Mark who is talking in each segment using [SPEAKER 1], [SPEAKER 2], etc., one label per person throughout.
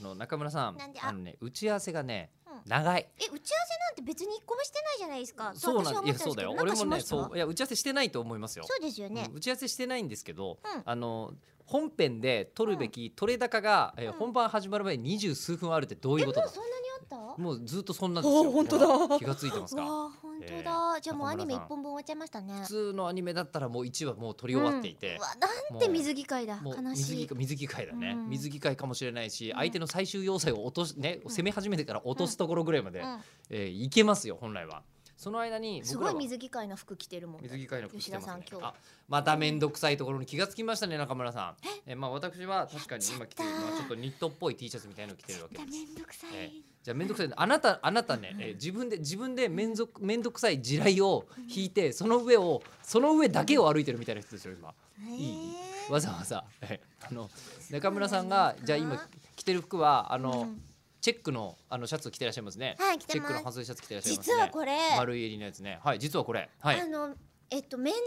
[SPEAKER 1] の中村さん
[SPEAKER 2] なんであ
[SPEAKER 1] あのね打ち合わせがね、
[SPEAKER 2] うん
[SPEAKER 1] 長い
[SPEAKER 2] え打ち合わせなんて別に一個もしてないじゃないですか。
[SPEAKER 1] そう
[SPEAKER 2] 私
[SPEAKER 1] な
[SPEAKER 2] は
[SPEAKER 1] んい
[SPEAKER 2] 思っ
[SPEAKER 1] や
[SPEAKER 2] たん
[SPEAKER 1] そう
[SPEAKER 2] です
[SPEAKER 1] だ
[SPEAKER 2] けど
[SPEAKER 1] よ
[SPEAKER 2] なん
[SPEAKER 1] 俺
[SPEAKER 2] か
[SPEAKER 1] も
[SPEAKER 2] しま
[SPEAKER 1] ね
[SPEAKER 2] した
[SPEAKER 1] そういや打ち合わせしてないと思いますよ
[SPEAKER 2] そうですよね
[SPEAKER 1] うん。打ち合わせしてないんですけど、
[SPEAKER 2] うん
[SPEAKER 1] あの本編で取るべき取れ高が、えー
[SPEAKER 2] うん
[SPEAKER 1] 本番始まる前に二十数分あるってどうい
[SPEAKER 2] え
[SPEAKER 1] う
[SPEAKER 2] も
[SPEAKER 1] こ
[SPEAKER 2] う
[SPEAKER 1] とだ
[SPEAKER 2] そんなにあった？わ
[SPEAKER 1] もうずっとそんなんですよ
[SPEAKER 3] おー本当だ
[SPEAKER 1] ほら気がついてますか
[SPEAKER 2] あ本当だ。じゃあもうアニメ
[SPEAKER 1] 中村さん
[SPEAKER 2] 一本分終わっちゃいましたね
[SPEAKER 1] 普。通のアニメだったらもう一話もう取り終わっていて、
[SPEAKER 2] うんうわなんて水着会だ。
[SPEAKER 1] もう
[SPEAKER 2] 悲
[SPEAKER 1] 水
[SPEAKER 2] しい
[SPEAKER 1] 着。水着会だね、
[SPEAKER 2] うん
[SPEAKER 1] 水着会かもしれないし、
[SPEAKER 2] うん
[SPEAKER 1] 相手の最終要塞を落としね
[SPEAKER 2] ん
[SPEAKER 1] 攻め始めてから落とすところぐらいまで、
[SPEAKER 2] うん
[SPEAKER 1] えーいけますよ本来はその間に
[SPEAKER 2] す
[SPEAKER 1] 僕ら
[SPEAKER 2] ご
[SPEAKER 1] はい
[SPEAKER 2] 水着会の服着てるもん。
[SPEAKER 1] 水着会の服着てますね
[SPEAKER 2] 吉田さん今日
[SPEAKER 1] あまた面倒くさいところに気がつきましたね中村さんえーまあ私は確かに
[SPEAKER 2] や
[SPEAKER 1] 今
[SPEAKER 2] っ
[SPEAKER 1] 着
[SPEAKER 2] ちゃ
[SPEAKER 1] て
[SPEAKER 2] った
[SPEAKER 1] るのはちょっとニットっぽい T シャツみたいの着てるわけ
[SPEAKER 2] だ
[SPEAKER 1] です
[SPEAKER 2] めんどくさい。
[SPEAKER 1] ええじゃあ面倒くさいあなたあなたね、えー自分で自分で面倒く面倒くさい地雷を引いてその上をその上だけを歩いてるみたいな人ですよ今いい
[SPEAKER 2] ええ
[SPEAKER 1] わざわざ、えーあの中村さんがじゃあ今着てる服はあの、
[SPEAKER 2] うん
[SPEAKER 1] チェックのあのシャツ着てらっしゃいますね。
[SPEAKER 2] はい
[SPEAKER 1] チ
[SPEAKER 2] 着て
[SPEAKER 1] ェックの半
[SPEAKER 2] ます。
[SPEAKER 1] 袖シャツ着てらっしゃいます
[SPEAKER 2] 実
[SPEAKER 1] ね。
[SPEAKER 2] はこれ、
[SPEAKER 1] 丸い襟のやつね。はい実はこれ。はい。
[SPEAKER 2] あのえっとメンズ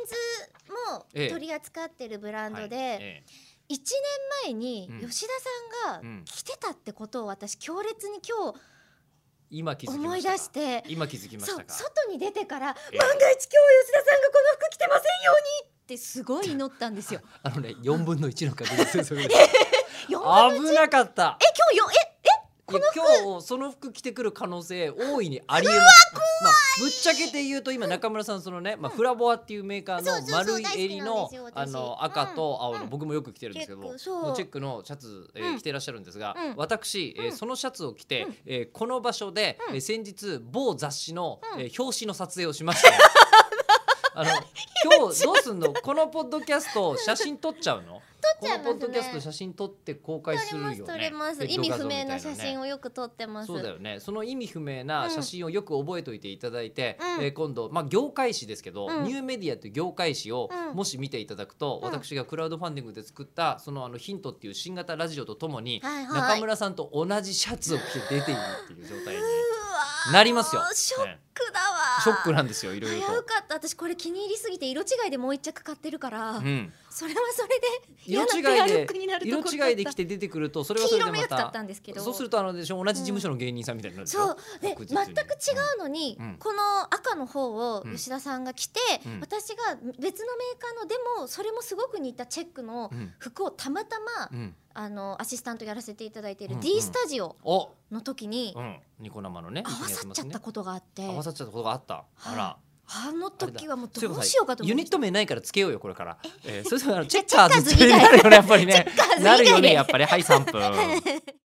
[SPEAKER 2] も
[SPEAKER 1] ええ
[SPEAKER 2] 取り扱ってるブランド
[SPEAKER 1] はい
[SPEAKER 2] で。
[SPEAKER 1] え
[SPEAKER 2] 1年前に
[SPEAKER 1] うん
[SPEAKER 2] 吉田さん
[SPEAKER 1] うん
[SPEAKER 2] が来てたってことを私強烈に今
[SPEAKER 1] え今気づき
[SPEAKER 2] 日
[SPEAKER 1] ましたか。
[SPEAKER 2] 思い出して
[SPEAKER 1] 今気づきまし
[SPEAKER 2] そう
[SPEAKER 1] たか。
[SPEAKER 2] 外に出てから「
[SPEAKER 1] ええ
[SPEAKER 2] 万が一今日吉田さんがこの服着てませんように!」ってすごい祈った んですよ。
[SPEAKER 1] あのね四分の一の確率です。そ れで
[SPEAKER 2] 四分の一
[SPEAKER 1] 危なかった。
[SPEAKER 2] え今日よえ
[SPEAKER 1] いや今日その服着てくる可能性大いにありえます。まあぶっちゃけて言うと今中村さんそのねまあフラボアっていうメーカー
[SPEAKER 2] そうそう
[SPEAKER 1] の
[SPEAKER 2] そう
[SPEAKER 1] 丸い襟の
[SPEAKER 2] 大好きなんですよ
[SPEAKER 1] あ
[SPEAKER 2] 私
[SPEAKER 1] の赤と青
[SPEAKER 2] うんう
[SPEAKER 1] の
[SPEAKER 2] ん
[SPEAKER 1] 僕もよく着てるんですけど
[SPEAKER 2] チェッ
[SPEAKER 1] も
[SPEAKER 2] クそう
[SPEAKER 1] うチェックのシャツえ
[SPEAKER 2] う
[SPEAKER 1] ー
[SPEAKER 2] ん
[SPEAKER 1] 着てらっしゃるんですが
[SPEAKER 2] うん
[SPEAKER 1] 私えー
[SPEAKER 2] うん
[SPEAKER 1] そのシャツを着て
[SPEAKER 2] うん
[SPEAKER 1] えーこの場所で
[SPEAKER 2] うん
[SPEAKER 1] えー先日某雑誌の
[SPEAKER 2] うん
[SPEAKER 1] えー表紙の撮影をしま した。あの今日どうすんのこのポッドキャスト写真撮っちゃうの
[SPEAKER 2] 撮っちゃいま
[SPEAKER 1] こ
[SPEAKER 2] すね
[SPEAKER 1] のポッドキャスト写真撮って公開す
[SPEAKER 2] 撮
[SPEAKER 1] るよ
[SPEAKER 2] れま
[SPEAKER 1] ね
[SPEAKER 2] す撮れます
[SPEAKER 1] ベッ
[SPEAKER 2] 意
[SPEAKER 1] ド
[SPEAKER 2] 味
[SPEAKER 1] 画像
[SPEAKER 2] 不
[SPEAKER 1] みた
[SPEAKER 2] 明
[SPEAKER 1] いね
[SPEAKER 2] な写真をよく撮ってます
[SPEAKER 1] そうだよねその意味不明な写真をよく覚えておいていただいて、
[SPEAKER 2] うん
[SPEAKER 1] えー今度、まあ、業界誌ですけど、
[SPEAKER 2] うん
[SPEAKER 1] ニューメディアという業界誌を
[SPEAKER 2] うん
[SPEAKER 1] もし見ていただくと、
[SPEAKER 2] うん
[SPEAKER 1] 私がクラウドファンディングで作ったそのあのヒントっていう新型ラジオとともに、
[SPEAKER 2] はいはい
[SPEAKER 1] 中村さんと同じシャツを着て出ているっていう状態に
[SPEAKER 2] うわー
[SPEAKER 1] なりますよ。
[SPEAKER 2] ショッ
[SPEAKER 1] ね
[SPEAKER 2] クだわ
[SPEAKER 1] ショック
[SPEAKER 2] な
[SPEAKER 1] なんですよいろい
[SPEAKER 2] 危
[SPEAKER 1] ろと。
[SPEAKER 2] うかった私これ気に入りすぎて色違いでもう一着買ってるから、
[SPEAKER 1] うん、
[SPEAKER 2] それはそれで
[SPEAKER 1] 色
[SPEAKER 2] 嫌な
[SPEAKER 1] 違
[SPEAKER 2] ペア
[SPEAKER 1] い
[SPEAKER 2] ルッ
[SPEAKER 1] で
[SPEAKER 2] クになるとこ
[SPEAKER 1] 色
[SPEAKER 2] ろだった
[SPEAKER 1] 違いで着て出てくるとそれはそ
[SPEAKER 2] 黄
[SPEAKER 1] れ
[SPEAKER 2] 色
[SPEAKER 1] で
[SPEAKER 2] の
[SPEAKER 1] ま
[SPEAKER 2] やつだったたんですけど
[SPEAKER 1] そうするとあのでしょ同じ事務所の芸人さんみたいになるでしょ
[SPEAKER 2] そうで
[SPEAKER 1] 確実
[SPEAKER 2] 全
[SPEAKER 1] に
[SPEAKER 2] く違うのに、
[SPEAKER 1] うん
[SPEAKER 2] この赤の方を
[SPEAKER 1] うん
[SPEAKER 2] 吉田さんが着て、
[SPEAKER 1] うん
[SPEAKER 2] 私が別のメーカーのでもそれもすごく似たチェックの
[SPEAKER 1] うん
[SPEAKER 2] 服をたまたま、
[SPEAKER 1] うん、
[SPEAKER 2] あのアシスタントやらせていただいている
[SPEAKER 1] うん
[SPEAKER 2] D スタジオ
[SPEAKER 1] お
[SPEAKER 2] の時に
[SPEAKER 1] うん、ニコ生のね
[SPEAKER 2] 合わさっちゃったことがあって、
[SPEAKER 1] 合わさっちゃったことがあったあら
[SPEAKER 2] あの時はもう
[SPEAKER 1] そういえ
[SPEAKER 2] ど
[SPEAKER 1] ば
[SPEAKER 2] う
[SPEAKER 1] さ
[SPEAKER 2] しようかと思
[SPEAKER 1] ユ
[SPEAKER 2] っ
[SPEAKER 1] ニ
[SPEAKER 2] て
[SPEAKER 1] ット名ないからつけようよこれからえーそれともあのチェッ
[SPEAKER 2] チェッ
[SPEAKER 1] カ
[SPEAKER 2] カ
[SPEAKER 1] ー
[SPEAKER 2] ー
[SPEAKER 1] ズ
[SPEAKER 2] ズ
[SPEAKER 1] ってなるよねやっぱりね
[SPEAKER 2] カーズ以外で
[SPEAKER 1] なるよねやっぱりはい3分